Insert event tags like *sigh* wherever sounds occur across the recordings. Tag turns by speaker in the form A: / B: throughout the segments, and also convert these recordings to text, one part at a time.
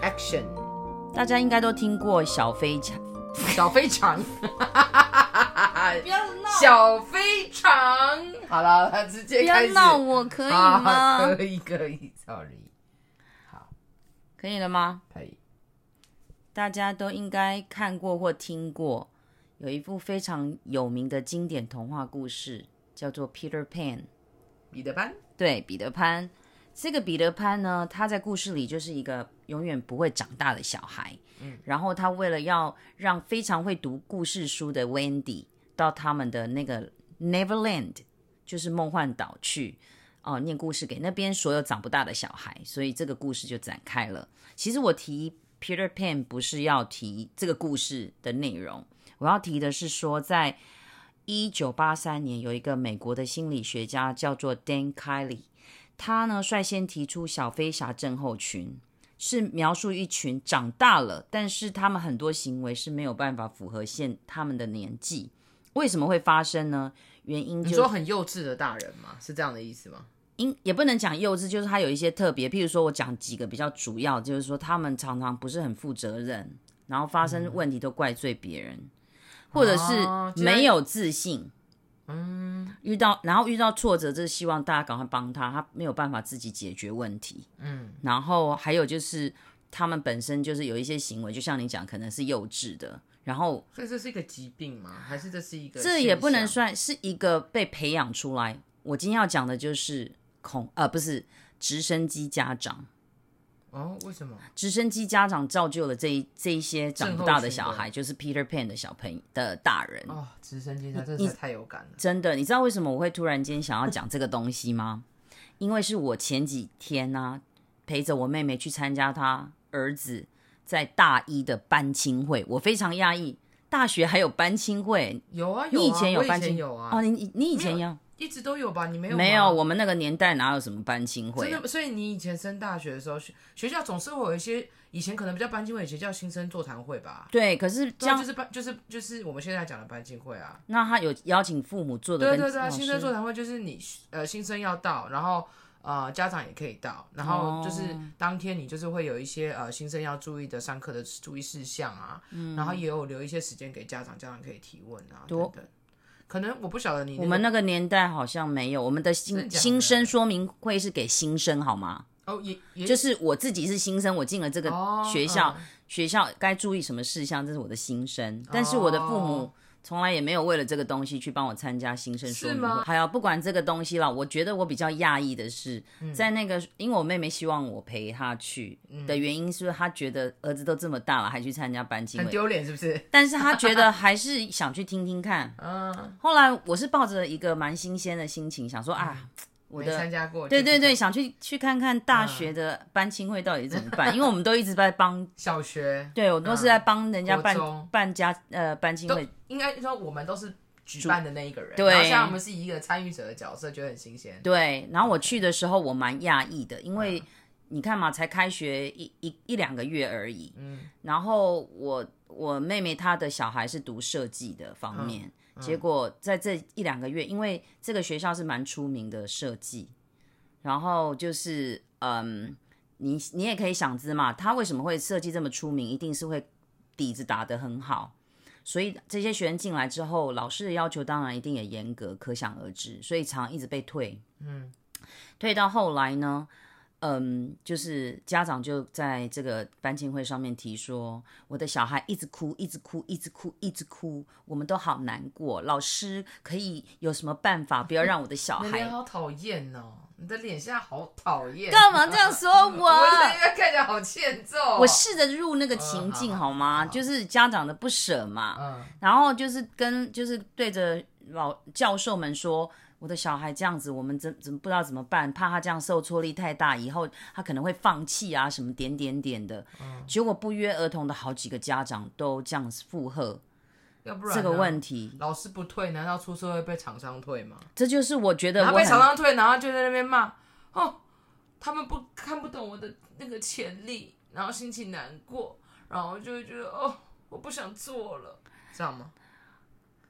A: Action》，
B: 大家应该都听过小飞侠，
A: 小非常，
B: *laughs* 不要闹，
A: 小非常。好了，那直
B: 不
A: 接
B: 要
A: 开始。
B: 闹我，可以吗？
A: 啊可以，可以，sorry，
B: 可以了吗？
A: 可以。
B: 大家都应该看过或听过，有一部非常有名的经典童话故事，叫做《Peter Pan》。
A: 彼得潘，
B: 对，彼得潘。这个彼得潘呢，他在故事里就是一个永远不会长大的小孩。嗯，然后他为了要让非常会读故事书的 Wendy 到他们的那个 Neverland，就是梦幻岛去哦、念故事给那边所有长不大的小孩，所以这个故事就展开了。其实我提 Peter Pan 不是要提这个故事的内容，我要提的是说在一九八三年，有一个美国的心理学家叫做 Dan Kelly，他呢率先提出小飞侠症候群，是描述一群长大了，但是他们很多行为是没有办法符合现他们的年纪。为什么会发生呢？原因就
A: 你
B: 是
A: 说很幼稚的大人吗？是这样的意思吗？
B: 因也不能讲幼稚，就是他有一些特别，譬如说我讲几个比较主要，就是说他们常常不是很负责任，然后发生问题都怪罪别人，或者
A: 嗯哦
B: 是
A: 这样
B: 没有自信。嗯，遇到然后遇到挫折，就是希望大家赶快帮他，他没有办法自己解决问题。
A: 嗯，
B: 然后还有就是他们本身就是有一些行为，就像你讲，可能是幼稚的，然后
A: 所以这是一个疾病吗？还是这是一个？
B: 这也不能。算是啊一个被培养出来。我今天要讲的就是恐呃不是直升机家长。
A: 哦，为什么？
B: 直升机家长造就了这一这一些长不大的小孩，
A: 症候群的
B: 就是 Peter Pan 的小朋的大人。
A: 哦，直升机它真的是太有感了。
B: 真的，你知道为什么我会突然间想要讲这个东西吗？因为是我前几天呢、陪着我妹妹去参加她儿子在大一的班亲会，我非常讶异，大学还有班亲会。
A: 有啊，有啊，
B: 你以前有
A: 我
B: 班亲
A: 有啊，
B: 哦，你你你以前有
A: 一直都有吧？你没有吗？
B: 没有？我们那个年代哪有什么班亲会
A: 真
B: 啊、
A: 的，所以你以前升大学的时候，学学校总是会有一些以前可能比较班级会，以前叫新生座谈会吧。
B: 对，可是这
A: 对啊，
B: 样，
A: 就是班，就是就是我们现在讲的班级会啊。
B: 那他有邀请父母做的
A: 对
B: 跟
A: 对对
B: 老
A: 啊，
B: 师
A: 新生座谈会就是你呃新生要到，然后呃家长也可以到，然
B: 哦
A: 后就是当天你就是会有一些呃新生要注意的上课的注意事项啊，然后也有留一些时间给家长，家长可以提问啊等
B: 嗯多
A: 等。可能我不晓得你
B: 我们
A: 那
B: 那个年代好像没有，我们的
A: 真
B: 新
A: 的假的
B: 新生说明会是给新生好吗？
A: 个哦也也
B: 就是我自己是新生，我进了这个
A: 哦
B: 学校，
A: 嗯
B: 学校该注意什么事项，这是我的新生。但是我的父母
A: 哦
B: 从来也没有为了这个东西去帮我参加新生说明
A: 是
B: 会
A: 吗。
B: 还有不管这个东西啦，我觉得我比较讶异的是，
A: 嗯
B: 在那个因为我妹妹希望我陪她去的原因，是她觉得儿子都这么大了还去参加班级
A: 很
B: 会，
A: 丢脸是不是？
B: 但是她觉得还是想去听听看。
A: 嗯，
B: 后来我是抱着一个蛮新鲜的心情，想说啊，我
A: 没
B: 的
A: 参加过，
B: 对对
A: 就
B: 对，想去去看看
A: 嗯
B: 大学的班亲会到底怎么办，因为我们都一直在帮，
A: 小学
B: 对我都是在帮人家
A: 国
B: 办、
A: 中
B: 办家呃班亲会，
A: 应该说我们都是举办的那一个人，
B: 对
A: 然后现在我们是以一个参与者的角色，觉得很新鲜。
B: 对。然后我去的时候我蛮讶异的，因为你看嘛，才开学一一一两个月而已，
A: 嗯，
B: 然后我我妹妹她的小孩是读设计的方面，结果在这一两个月，因为这个学校是蛮出名的设计，然后就是嗯，你你也可以想知嘛，他为什么会设计这么出名，一定是会底子打得很好。所以这些学生进来之后，老师的要求当然一定也严格，可想而知，所以常一直被退。嗯，退到后来呢，嗯，就是家长就在这个班庆会上面提说，我的小孩一直哭，一直哭，一直哭，一直哭，我们都好难过。老师可以有什么办法，不要让我的小
A: 你的脸
B: 孩
A: *laughs* 好讨厌哦，你的脸现在好讨厌。
B: 干嘛这样说我？
A: *laughs* 我的啊脸现在看起来好欠揍哦。
B: 我试着入那个情境
A: 嗯
B: 好吗？就是家长的不舍嘛，
A: 嗯，
B: 然后就是跟就是对着老教授们说，我的小孩这样子，我们怎怎么不知道怎么办？怕他这样受挫力太大，以后他可能会放弃啊，什么点点点的。结果不约而同的好几个家长都这样子附和
A: 要不然
B: 这
A: 呢
B: 个问题，
A: 老师不退，难道出社会被厂商退吗？
B: 这就是我觉得
A: 然
B: 我
A: 后被厂
B: 很
A: 商退，然后就在那边骂哦，他们不看不懂我的那个潜力，然后心情难过，然后就会觉得哦，我不想做了，这样吗？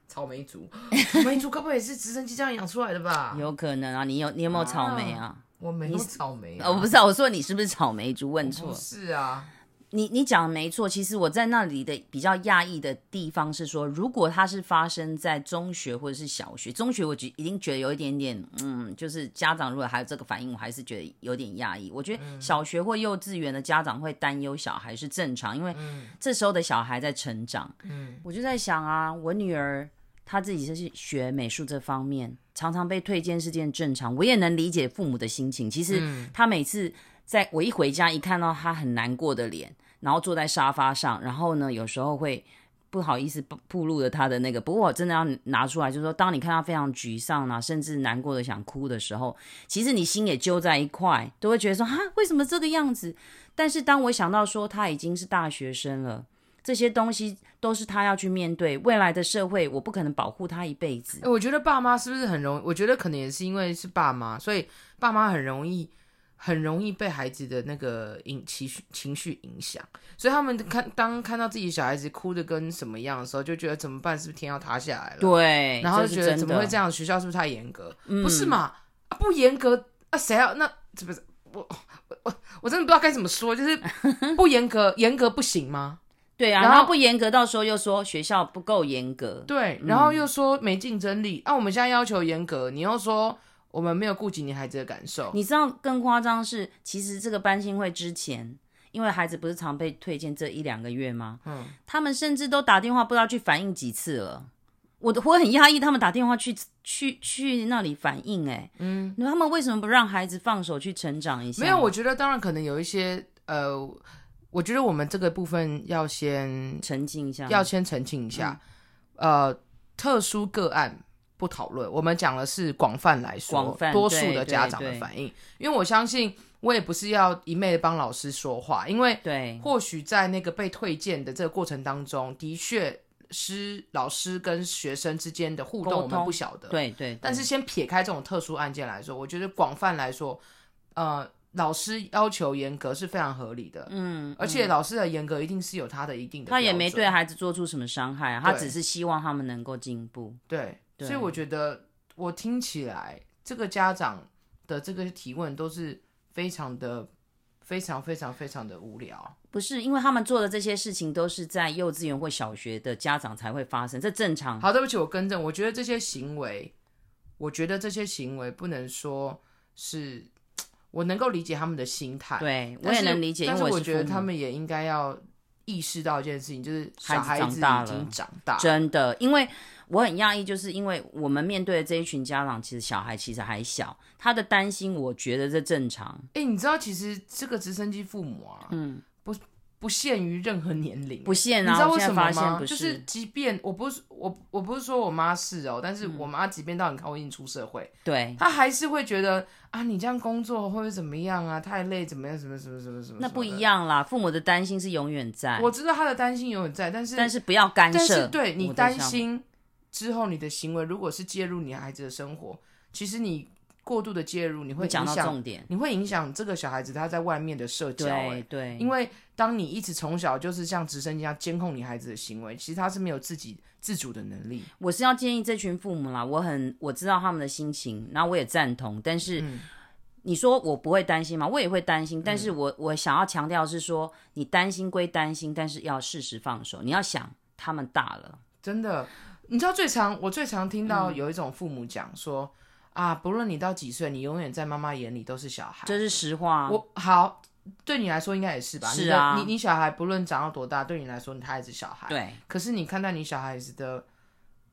A: 草莓
B: *laughs*
A: 族，草莓族该不会也是直升机这样养出来的吧？
B: 有可能啊。你有你有没有草莓啊？
A: 我没有草莓、啊，
B: 哦我不知道，我说你是不是草莓族？问
A: 不
B: 错。
A: 是啊，
B: 你你讲的没错，其实我在那里的比较讶异的地方是说，如果它是发生在中学或者是小学，中学我觉已经觉得有一点点，嗯，就是家长如果还有这个反应，我还是觉得有点讶异。我觉得小学或幼稚园的家长会担忧小孩是正常，因为这时候的小孩在成长。嗯，我就在想啊，我女儿她自己是学美术这方面，常常被推荐是件正常，我也能理解父母的心情。其实她每次。在我一回家，一看到他很难过的脸，然后坐在沙发上，然后呢，有时候会不好意思暴暴露了他的那个。不过我真的要拿出来，就是说，当你看他非常沮丧啊，甚至难过的想哭的时候，其实你心也揪在一块，都会觉得说，哈，为什么这个样子？但是当我想到说他已经是大学生了，这些东西都是他要去面对未来的社会，我不可能保护他一辈子。
A: 欸我觉得爸妈是不是很容易？我觉得可能也是因为是爸妈，所以爸妈很容易很容易被孩子的那个影情绪情绪影响，所以他们看当看到自己小孩子哭的跟什么样的时候，就觉得怎么办？是不是天要塌下来了？，
B: 对，
A: 然后
B: 这
A: 就是觉得
B: 真
A: 怎么
B: 的嗯
A: 会这样？学校是不是太严格？不是嘛？啊，不严格啊，谁要那怎么？我我我我真的不知道该怎么说，就是 *laughs* 不严格，严格不行吗？
B: 对啊，
A: 然
B: 然后
A: 后
B: 不严格，到时候又说学校不够严格。
A: 对，然
B: 嗯
A: 后又说没竞争力，啊，我们现在要求严格，你又说我们没有顾及你孩子的感受，
B: 你知道更夸张是，其实这个班新会之前，因为孩子不是常被推荐这一两个月吗？
A: 嗯，
B: 他们甚至都打电话不知道去反映几次了。我的我很压抑，他们打电话去去去那里反映、哎，嗯，他们为什么不让孩子放手去成长一下？
A: 没有，我觉得当然可能有一些呃，我觉得我们这个部分要先
B: 沉静一下，
A: 要先澄清一下，
B: 嗯
A: 呃，特殊个案不讨论，我们讲的是广泛来说，
B: 广泛
A: 多数
B: 对
A: 的
B: 对
A: 家长的
B: 对
A: 反应，因为我相信我也不是要一昧的帮老师说话，因为
B: 对
A: 或许在那个被推荐的这个过程当中，的确师老师跟学生之间的互
B: 沟
A: 动我们
B: 通
A: 不晓得，
B: 对对，
A: 但是先撇开这种特殊案件来说，我觉得广泛来说，呃，老师要求严格是非常合理的。嗯，而且老师的严格一定是有他的一定的标
B: 他
A: 准，
B: 也没对啊孩子做出什么伤害啊，他
A: 对
B: 只是希望他们能够进步。
A: 对，
B: 对
A: 所以我觉得我听起来这个家长的这个提问都是非常的、非常、非常、非常的无聊。
B: 不是，因为他们做的这些事情都是在幼稚园或小学的家长才会发生，这正常。
A: 好，对不起，我更正，我觉得这些行为，我觉得这些行为不能说是我能够理解他们的心态，
B: 对，我
A: 但
B: 也
A: 是
B: 能理解，因
A: 但
B: 为
A: 是
B: 是
A: 我觉得
B: 父母
A: 他们也应该要意识到一件事情，就是小
B: 孩
A: 孩
B: 子
A: 子
B: 长大
A: 已经
B: 了
A: 长大，
B: 真的，因为我很讶异，就是因为我们面对的这一群家长，其实小孩其实还小，他的担心，我觉得这正常。
A: 哎、你知道其实这个直升机父母啊，嗯，不不限于任何年龄，
B: 不限啊
A: 你知道
B: 我
A: 为
B: 现
A: 什么
B: 在发现
A: 吗？
B: 不
A: 就是是即便我不是我我不是说我妈是哦，但是我妈即便到很靠近出社会，
B: 对，
A: 她还是会觉得啊，你这样工作会不会怎么样啊？太累，怎么样？什么什么什么什么？
B: 那不一
A: 样。
B: 样啦，父母的担心是永远在，
A: 我知道她的担心永远在，但是
B: 但是不要干涉。
A: 但是对你
B: 我在
A: 担
B: 想，
A: 心之后，你的行为如果是介入你孩子的生活，其实你过度的介入，你会
B: 你讲
A: 影
B: 到
A: 响，
B: 重点，
A: 你会影响这个小孩子他在外面的社交、
B: 对
A: 欸。
B: 对，
A: 因为当你一直从小就是像直升机一样监控你孩子的行为，其实他是没有自己自主的能力。
B: 我是要建议这群父母啦，我很我知道他们的心情，然后我也赞同，但是。
A: 嗯
B: 你说我不会担心吗？我也会担心，但是我、我想要强调的是说，你担心归担心，但是要适时放手。你要想，他们大了，
A: 真
B: 嗯
A: 的，你知道最常我最常听到有一种父母讲说、啊，不论你到几岁，你永远在妈妈眼里都是小孩。
B: 这是实话。
A: 哎我好，对你来说应该也是吧？
B: 是啊
A: 你的你你小孩不论长到多大，对你来说他还是小孩。
B: 对，
A: 可是你看待你小孩子的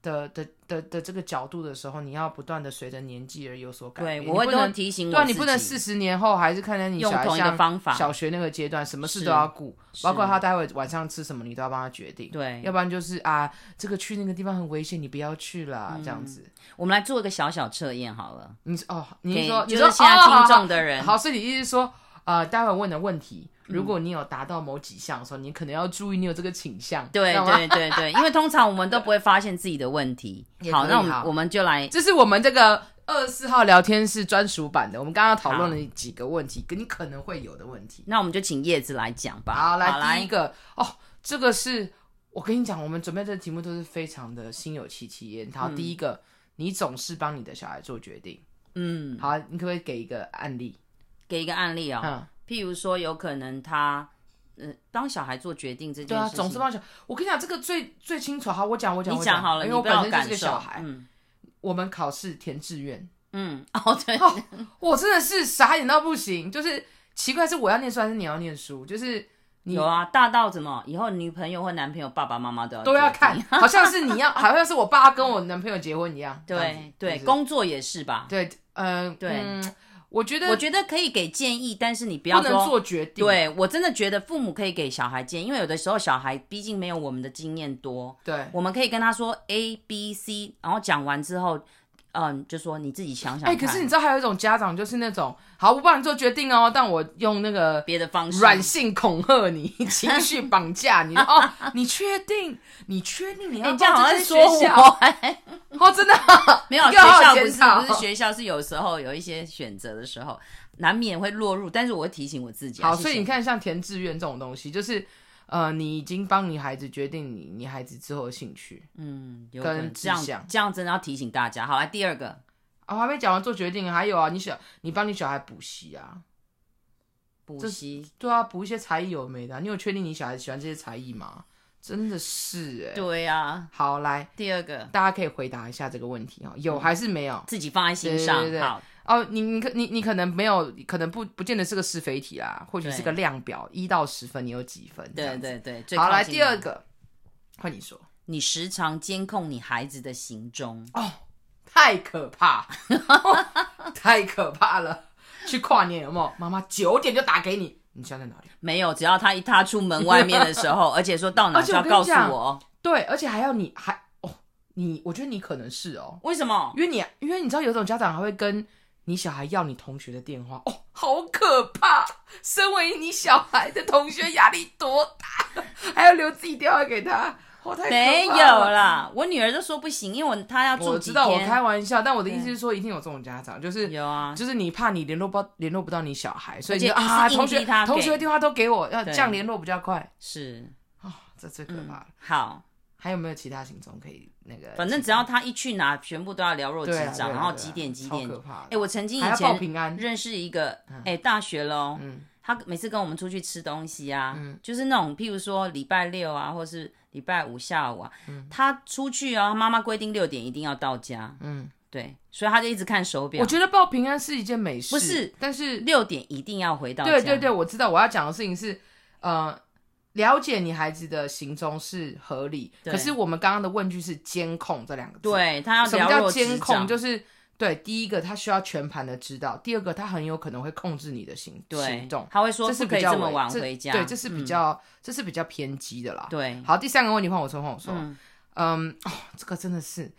A: 的的的的这个角度的时候，你要不断的随着年纪而有所改
B: 对
A: 变。
B: 我会
A: 哎你不
B: 都会
A: 能，
B: 提醒我
A: 对
B: 自
A: 啊，
B: 己，
A: 你不能四十年后还是看待你小
B: 用
A: 孩
B: 同一个
A: 像
B: 方法，
A: 小学那个阶段，什么事
B: 是
A: 都要顾，
B: 是
A: 包括他待会晚上吃什么，你都要帮他决定。
B: 对
A: 要不然就是啊，这个去那个地方很危险，你不要去啦，这样子。
B: 我们来做一个小小测验好了，
A: 你是哦，你
B: 给
A: 是说你
B: 就
A: 说
B: 是现在
A: 哦好
B: 听
A: 好
B: 众的人，
A: 好，所以你意思是说，呃，待会问的问题，如果你有达到某几项的时候，你可能要注意你有这个倾向，
B: 对
A: 知道吗？
B: 对对对，因为通常我们都不会发现自己的问题。
A: *laughs* 也
B: 好，
A: 可以
B: 那我们
A: 哈
B: 我们就来
A: 这是我们这个二十四号聊天室专属版的，我们刚刚讨论了几个问题，跟你可能会有的问题。
B: 那我们就请叶子来讲吧。
A: 好，来第一个哦，这个是我跟你讲，我们准备这个题目都是非常的心有戚戚焉。好，第一个，你总是帮你的小孩做决定。
B: 嗯，
A: 好，你可不可以给一个案例？
B: 给一个案例哦，
A: 嗯，
B: 譬如说，有可能他呃帮小孩做决定这
A: 对
B: 件
A: 啊，
B: 事情。
A: 总是帮小。我跟你讲，这个最最清楚。好，我讲，我讲，
B: 你
A: 我
B: 讲好了，
A: 因哎
B: 你
A: 为我
B: 不
A: 本
B: 要
A: 身就
B: 感
A: 是个
B: 受
A: 小孩。
B: 嗯
A: 我们考试填志愿，
B: *laughs* 嗯，哦对，
A: 哦，我真的是傻眼到不行。就是奇怪，是我要念书还是你要念书？就是你
B: 有啊，大到怎么以后女朋友或男朋友、爸爸妈妈都要
A: 都要
B: 决定
A: 看，好像是你
B: *laughs*
A: 要，好像是我爸跟我男朋友结婚一样。这样子
B: 对对，
A: 是不是
B: 工作也是吧？
A: 对，呃，
B: 对
A: 嗯，我觉得
B: 我觉得可以给建议，但是你不
A: 不
B: 要
A: 能
B: 说
A: 做决定。
B: 对我真的觉得父母可以给小孩建议，因为有的时候小孩毕竟没有我们的经验多，
A: 对，
B: 我们可以跟他说 A B C，然后讲完之后，嗯，就说你自己想想
A: 哎、
B: 看。
A: 可是你知道还有一种家长就是那种，好，我帮你做决定哦，但我用那个
B: 别的方式，
A: 软性恐吓
B: *laughs*
A: 你，情绪绑架你。哦，你确定？你确定你
B: 哎
A: 要
B: 你这样好
A: 报
B: 像
A: 这
B: 在
A: 间
B: 说
A: 学校？
B: 我，哎
A: 哦，
B: *laughs*
A: 真的啊
B: 没有学
A: 又要
B: 校不
A: 检讨
B: 是不是学校是有时候有一些选择的时候，难免会落入，但是我会提醒我自己啊。
A: 好，
B: 谢
A: 所以
B: 谢
A: 你看，像填志愿这种东西，就是呃，你已经帮你孩子决定你你孩子之后的兴趣。
B: 嗯，有可
A: 跟
B: 能
A: 志
B: 这样
A: 向
B: 这样真的要提醒大家。好，来第二个
A: 啊、我还没讲完做决定，还有啊，你小你帮你小孩补习啊，
B: 补习，
A: 对啊，补一些才艺有没的啊、你有确定你小孩喜欢这些才艺吗？真的是哎、
B: 对啊，
A: 好，来，
B: 第二个
A: 大家可以回答一下这个问题哦，有
B: 嗯
A: 还是没有？
B: 自己放在心上。
A: 对对对
B: 好，
A: 哦，你你可你你可能没有，可能不不见得是个是非题啦，或许是个量表，一到十分你有几分？这
B: 对
A: 样子。
B: 对对，最
A: 好，
B: 靠
A: 来
B: 近
A: 第
B: 的
A: 二，个，换你说。
B: 你时常监控你孩子的行踪，
A: 哦，太可怕， *laughs* 太可怕了！去跨年有没有？妈妈九点就打给你，你现在在哪里？
B: 没有，只要他一踏出门外面的时候，而且说到哪
A: 而且我
B: 就要
A: 跟你
B: 告诉
A: 讲
B: 我，
A: 对，而且还要你还哦，你我觉得你可能是哦，
B: 为什么？
A: 因为你因为你知道有种家长还会跟你小孩要你同学的电话，哦，好可怕！身为你小孩的同学，压力多大？还要留自己电话给他，哦，太可怕
B: 没有
A: 了。
B: 啦，我女儿就说不行，因为我她要住
A: 我
B: 几
A: 知道，我开
B: 天。
A: 玩笑，但我的意思是说，一定有这种家长，就是
B: 有啊，
A: 就是你怕你联络不到联络不到你小孩，所以
B: 而
A: 你
B: 且
A: 就啊，
B: 是硬
A: 同
B: 逼
A: 学
B: 他
A: 同
B: 给
A: 学电话都给我，要
B: 对嗯
A: 这样联络比较快
B: 是，
A: 哦，这最可怕了。
B: 好，
A: 还有没有其他行踪可以那个？
B: 反正只要她一去哪，全部都要了若指
A: 对啊，对啊
B: 掌，然后
A: 对啊
B: 几点几
A: 超
B: 点。
A: 可怕的。
B: 哎，我曾经
A: 还
B: 以
A: 要报
B: 前
A: 平安，
B: 认识一个哎、大学喽，
A: 嗯
B: 他每次跟我们出去吃东西啊，就是那种譬如说礼拜六啊，或是礼拜五下午啊，他出去哦，妈妈规定六点一定要到家，
A: 嗯，
B: 对，所以他就一直看手表
A: 我，觉得报平安是一件美事，
B: 不是，
A: 但是
B: 六点一定要回到家，
A: 对对对，，我知道我要讲的事情是，呃，了解你孩子的行踪是合理，
B: 对
A: 可是我们刚刚的问句是监控这两个字，
B: 对他要
A: 什么
B: 了
A: 叫
B: 若指
A: 监控？
B: 掌，
A: 就是对，第一个他需要全盘的知道，第二个他很有可能会控制你的行
B: 对
A: 行动，，
B: 他会说
A: 这是
B: 不可
A: 比
B: 以
A: 较
B: 这么
A: 违
B: 晚
A: 这
B: 回家，
A: 对，这是比
B: 嗯、
A: 较、这是比较偏激的啦。
B: 对，
A: 好，第三个问题换我说，换我说，
B: 嗯
A: 嗯，哦，这个真的是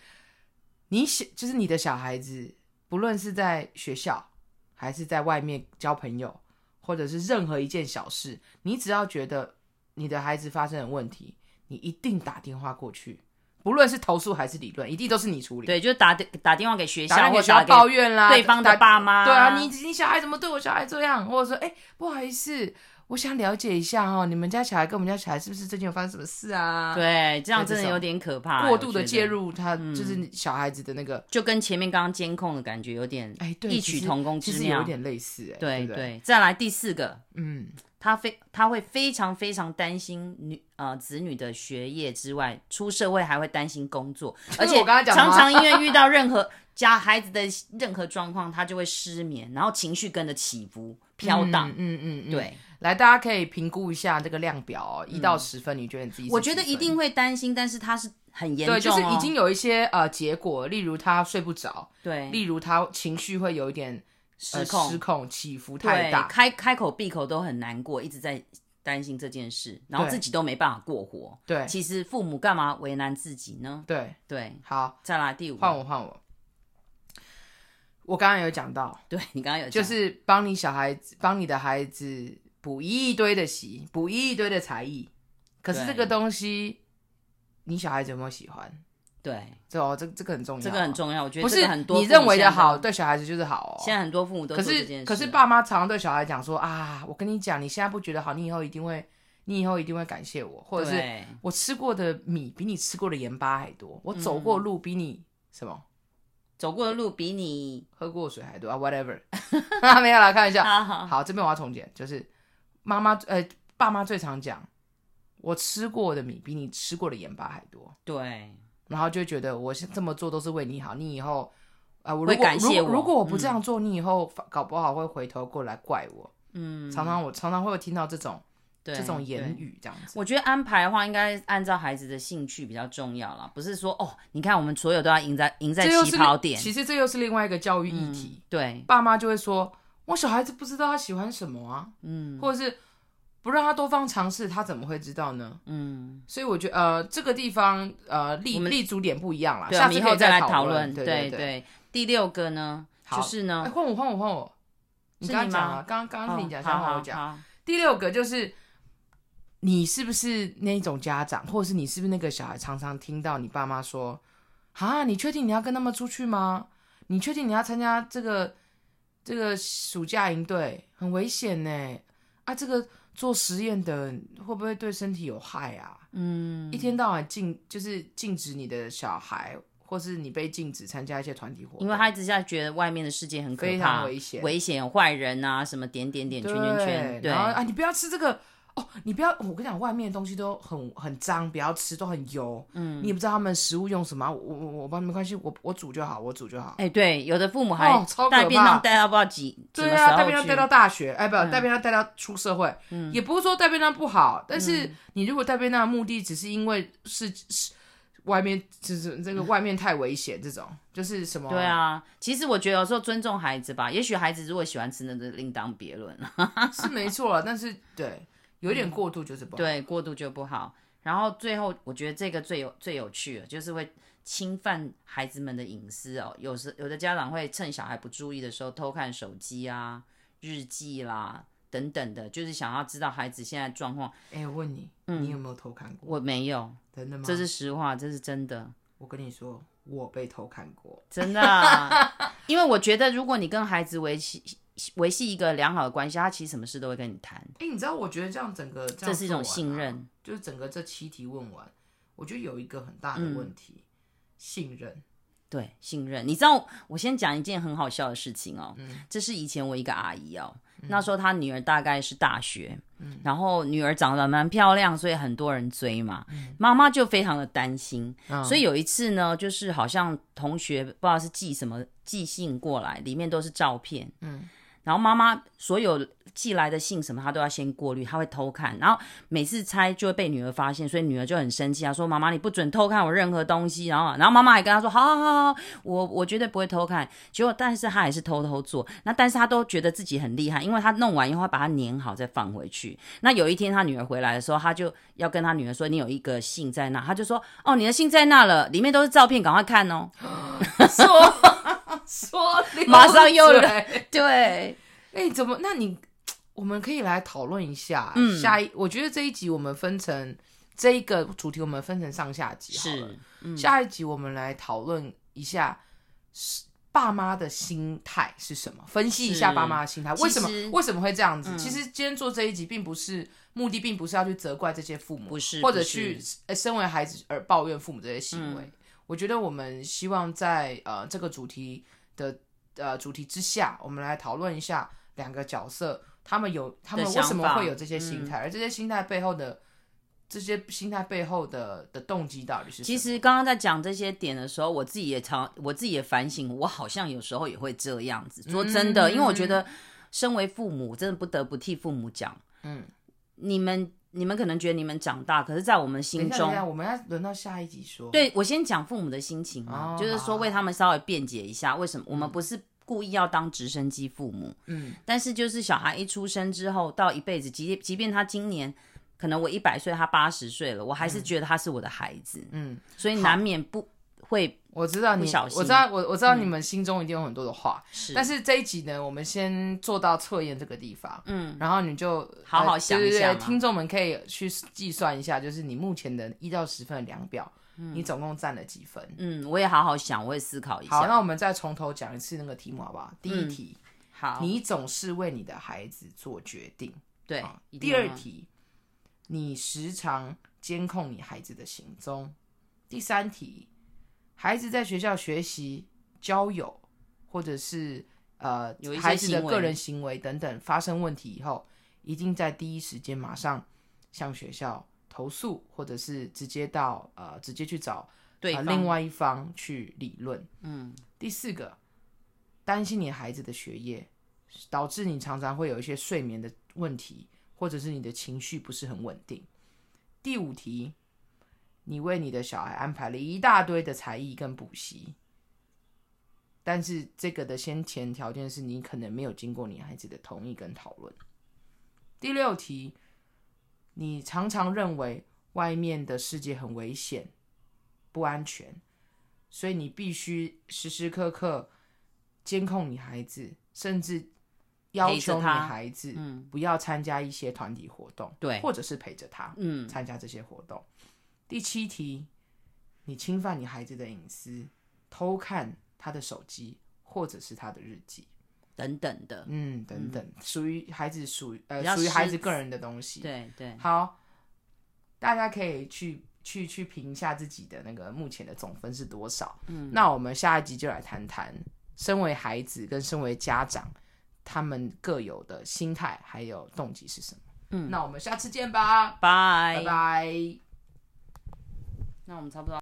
A: 你小，就是你的小孩子，不论是在学校还是在外面交朋友，或者是任何一件小事，你只要觉得你的孩子发生了问题，你一定打电话过去，不论是投诉还是理论，一定都是你处理。
B: 对，就打打电话给学校，
A: 打电话
B: 或
A: 给学校
B: 打
A: 抱怨啦，
B: 对方的
A: 打
B: 爸妈，
A: 对啊，你你小孩怎么对我小孩这样？或者说，哎、不好意思，我想了解一下哦，你们家小孩跟我们家小孩是不是最近有发生什么事啊？，
B: 对，这样
A: 对这
B: 真的
A: 种
B: 啊有嗯点可怕，
A: 过
B: 我
A: 度
B: 觉
A: 的
B: 得
A: 介。入他就是小孩子的那个，
B: 就跟前面刚刚监控的感觉有点
A: 哎、对，
B: 异
A: 其
B: 曲
A: 实
B: 同工
A: 其
B: 之
A: 实有
B: 妙
A: 一。点类似、哎，
B: 对
A: 对不，
B: 对，再来第四个，
A: 嗯，
B: 他非他会非常非常担心女呃子女的学业之外，出社会还会担心工作，而且
A: 我刚才讲的
B: 常
A: 吗
B: 常因为遇到任何家孩子的任何状况，他就会失眠，然后情绪跟着起
A: *laughs*
B: 伏飘荡
A: 嗯。嗯嗯，嗯，
B: 对，嗯
A: 来，大家可以评估一下这个量表哦，一到十分，你觉得你自己是
B: 我觉得
A: 几分
B: 一定会担心，但是他是很严重、哦，
A: 对，就是已经有一些呃结果，例如他睡不着，
B: 对
A: 例如他情绪会有一点
B: 失
A: 呃
B: 控，
A: 失控起伏太
B: 对
A: 大，，
B: 开开口闭口都很难过，一直在担心这件事，然后
A: 对
B: 自己都没办法过活。
A: 对
B: 其实父母干嘛为难自己呢？
A: 对，
B: 对，
A: 好。
B: 再来第五个，
A: 换我换我。我刚刚有讲到，
B: 对你刚刚有讲
A: 就是帮你小孩子，帮你的孩子补一堆的习，补一堆的才艺。可是
B: 对
A: 这个东西，你小孩子有没有喜欢？
B: 对
A: 这哦，这这个很重要，
B: 这个很重要，我觉得
A: 不
B: 这
A: 是
B: 个很多
A: 你
B: 父母
A: 认为
B: 现
A: 的
B: 在
A: 好，
B: 都，
A: 对小孩子就是好哦。
B: 现在很多父母都
A: 可
B: 做这件
A: 是
B: 事，啊
A: 可是爸妈常常对小孩讲说啊，我跟你讲，你现在不觉得好，你以后一定会，你以后一定会感谢我，或者是
B: 对
A: 我吃过的米比你吃过的盐巴还多，我走过
B: 嗯
A: 路比你什么
B: 走过的路比你
A: 喝过水还多啊，whatever，没有啦，开玩笑。
B: 啊好
A: 好，这边我要重点，就是妈妈呃爸妈最常讲，我吃过的米比你吃过的盐巴还多，
B: 对，
A: 然后就觉得我现这么做都是为你好，你以后啊、我如
B: 会
A: 果
B: 感
A: 如
B: 谢
A: 果
B: 我
A: 如果我不
B: 嗯
A: 这样做，你以后反搞不好会回头过来怪我。
B: 嗯，
A: 常常我常常会有听到这种
B: 对
A: 这种言
B: 对
A: 语这样子，
B: 我觉得安排的话，应该按照孩子的兴趣比较重要啦，不是说哦，你看我们所有都要赢在赢在
A: 这又
B: 起
A: 是
B: 跑
A: 另
B: 点。
A: 其实这又是另外一个教育议
B: 嗯
A: 题。
B: 对，
A: 爸妈就会说：“我小孩子不知道他喜欢什么啊，嗯，或者是不让他多方尝试，他怎么会知道呢？”
B: 嗯，
A: 所以我觉得，呃，这个地方，呃，立立足点不一样啦，
B: 对啊，
A: 下
B: 我们
A: 次
B: 以
A: 可
B: 后
A: 以再
B: 来
A: 讨
B: 讨论。
A: 对对。
B: 对，第六个呢，
A: 好
B: 就是
A: 哎，
B: 呢，
A: 换我，换我，换我。你
B: 是
A: 刚刚
B: 你
A: 讲
B: 吗
A: 了，刚刚刚是你讲，
B: 哦
A: 现在换我讲。
B: 好好好
A: 第六个就是，你是不是那种家长，或者是你是不是那个小孩，常常听到你爸妈说：“啊，你确定你要跟他们出去吗？你确定你要参加这个这个暑假营队？很危险呢！啊，这个做实验的会不会对身体有害啊？”
B: 嗯
A: 一天到晚禁就是禁止你的小孩，或是你被禁止参加一些团体活动，
B: 因为他一直在觉得外面的世界很可
A: 非常
B: 怕，
A: 危险
B: 危险有坏人啊，什么点点点圈圈圈，
A: 对
B: 对
A: 然后啊，你不要吃这个哦，你不要，我跟你讲，外面的东西都很很脏，不要吃，都很油。嗯，你也不知道他们食物用什么啊，我我我我帮你没关系，我我煮就好，我煮就好。
B: 哎，对，有的父母还
A: 哦超可
B: 带便当
A: 怕
B: 带到不知道几什
A: 对
B: 么
A: 啊，带
B: 时
A: 便当
B: 候去嗯
A: 带到大学，哎，不，带便当带到出社会，也不是说带便当不好，但是
B: 嗯
A: 你如果带便当的目的只是因为是是外面就是这个外面太危险，这种就是什么
B: 对啊，其实我觉得有时候尊重孩子吧，也许孩子如果喜欢吃，那就另当别论了。 *laughs*
A: 是没错啦，但是对，有点过度就是不好。，
B: 对，过度就不好。然后最后，我觉得这个最有最有趣了，就是会侵犯孩子们的隐私哦。有时有的家长会趁小孩不注意的时候偷看手机啊、日记啦等等的，就是想要知道孩子现在状况。
A: 哎、我问你，你有没有偷看过？
B: 我没有，
A: 真的吗？
B: 嗯这是实话，这是真的。
A: 我跟你说，我被偷看过。
B: 真的啊、
A: *laughs*
B: 因为我觉得，如果你跟孩子维系维系一个良好的关系，他其实什么事都会跟你谈，
A: 哎、你知道，我觉得这样整个这,、
B: 这是一种信，任。
A: 就是整个这七题问完，我觉得有一个很大的问
B: 嗯
A: 题，信任。
B: 对，信任。你知道，我先讲一件很好笑的事情哦。这是以前我一个阿姨哦，那时候她女儿大概是大学，然后女儿长得蛮漂亮，所以很多人追嘛。妈妈就非常的担心，所以有一次呢，就是好像同学不知道是寄什么寄信过来，里面都是照片，嗯。然后妈妈所有寄来的信什么，她都要先过滤，她会偷看，然后每次拆就会被女儿发现，所以女儿就很生气啊，说妈妈你不准偷看我任何东西。然后，然后妈妈还跟她说，好好好好，我我绝对不会偷看。结果，但是她还是偷偷做，那但是她都觉得自己很厉害，因为她弄完以后她把它粘好再放回去。那有一天她女儿回来的时候，她就要跟她女儿说，你有一个信在那，她就说，哦，你的信在那了，里面都是照片，赶快看哦。
A: 说 *laughs* 说溜嘴，
B: 马上又来
A: 哎、 *laughs*
B: 对，
A: 怎么？那你我们可以来讨论一下。
B: 嗯
A: 下一，我觉得这一集我们分成这一个主题，我们分成上下集好了。
B: 是，嗯
A: 下一集我们来讨论一下是爸妈的心态是什么，分析一下
B: 是
A: 爸妈的心态，
B: 其
A: 为什么
B: 实
A: 为什么会这样子？
B: 嗯
A: 其实今天做这一集并不是目的，并不是要去责怪这些父母
B: 不，是，
A: 或者
B: 不是
A: 去呃身为孩子而抱怨父母这些行为。
B: 嗯
A: 我觉得我们希望在呃这个主题的呃主题之下，我们来讨论一下两个角色，他们有他们
B: 的
A: 为
B: 想
A: 什么
B: 法嗯
A: 会有这些心态，而这些心态背后的这些心态背后的的动机到底是什么？
B: 其实刚刚在讲这些点的时候，我自己也常，我自己也反省，我好像有时候也会这样子。说真的，因为我觉得身为父母，真的不得不替父母讲，
A: 嗯。
B: 你们你们可能觉得你们长大，可是在我们
A: 等
B: 心
A: 一下，等一
B: 中，
A: 下，我们要轮到下一集说。，
B: 对我先讲父母的心情嘛，
A: 哦
B: 就是说为他们稍微辩解一下，为什么我们不是故意要当直升机父母，
A: 嗯，
B: 但是就是小孩一出生之后到一辈子，即即便他今年。可能我一百岁，他八十岁了，我还是觉得他是我的孩子，
A: 嗯，
B: 所以难免不会
A: 我知道你，
B: 不小心嗯
A: 我知道，我我知道你们心中一定有很多的话，
B: 是。
A: 但是这一集呢，我们先做到测验这个地方，
B: 嗯，
A: 然后你就
B: 好好
A: 呃
B: 想
A: 对
B: 一下
A: 对对
B: 嘛
A: 听众们可以去计算一下，就是你目前的一到十分的量表，你总共占了几分？
B: 嗯，我也好好想，我也思考一下。
A: 好，那我们再从头讲一次那个题目好不好？第一
B: 嗯
A: 题，
B: 好
A: 你总是为你的孩子做决定。
B: 对
A: 啊，
B: 一定
A: 第二
B: 要
A: 题，你时常监控你孩子的行踪。第三题，孩子在学校学习、交友，或者是呃呃
B: 有一些
A: 孩子的
B: 行为
A: 个人行为等等发生问题以后，一定在第一时间马上向学校投诉，或者是直接到呃直接去找
B: 对
A: 呃
B: 方、
A: 另外一方去理论。
B: 嗯，
A: 第四个，担心你孩子的学业，导致你常常会有一些睡眠的问题，或者是你的情绪不是很稳定。第五题，你为你的小孩安排了一大堆的才艺跟补习，但是这个的先前条件是你可能没有经过你孩子的同意跟讨论。第六题，你常常认为外面的世界很危险、不安全，所以你必须时时刻刻监控你孩子，甚至要
B: 陪着
A: 求你
B: 他
A: 孩子
B: 嗯
A: 不要参加一些团体活动，
B: 对
A: 或者是陪着他
B: 嗯，
A: 参加这些活动。第七题，你侵犯你孩子的隐私，偷看他的手机或者是他的日记，
B: 等等的，
A: 嗯，等等，属于孩子属于
B: 比
A: 呃
B: 较
A: 属于孩子
B: 私
A: 个人的东西。
B: 对对，
A: 好，大家可以去去去评一下自己的那个目前的总分是多少。嗯，那我们下一集就来谈谈，身为孩子跟身为家长，他们各有的心态还有动机是什么。嗯，那我们下次见吧，
B: 嗯拜
A: 拜拜。
B: 那我们差不多。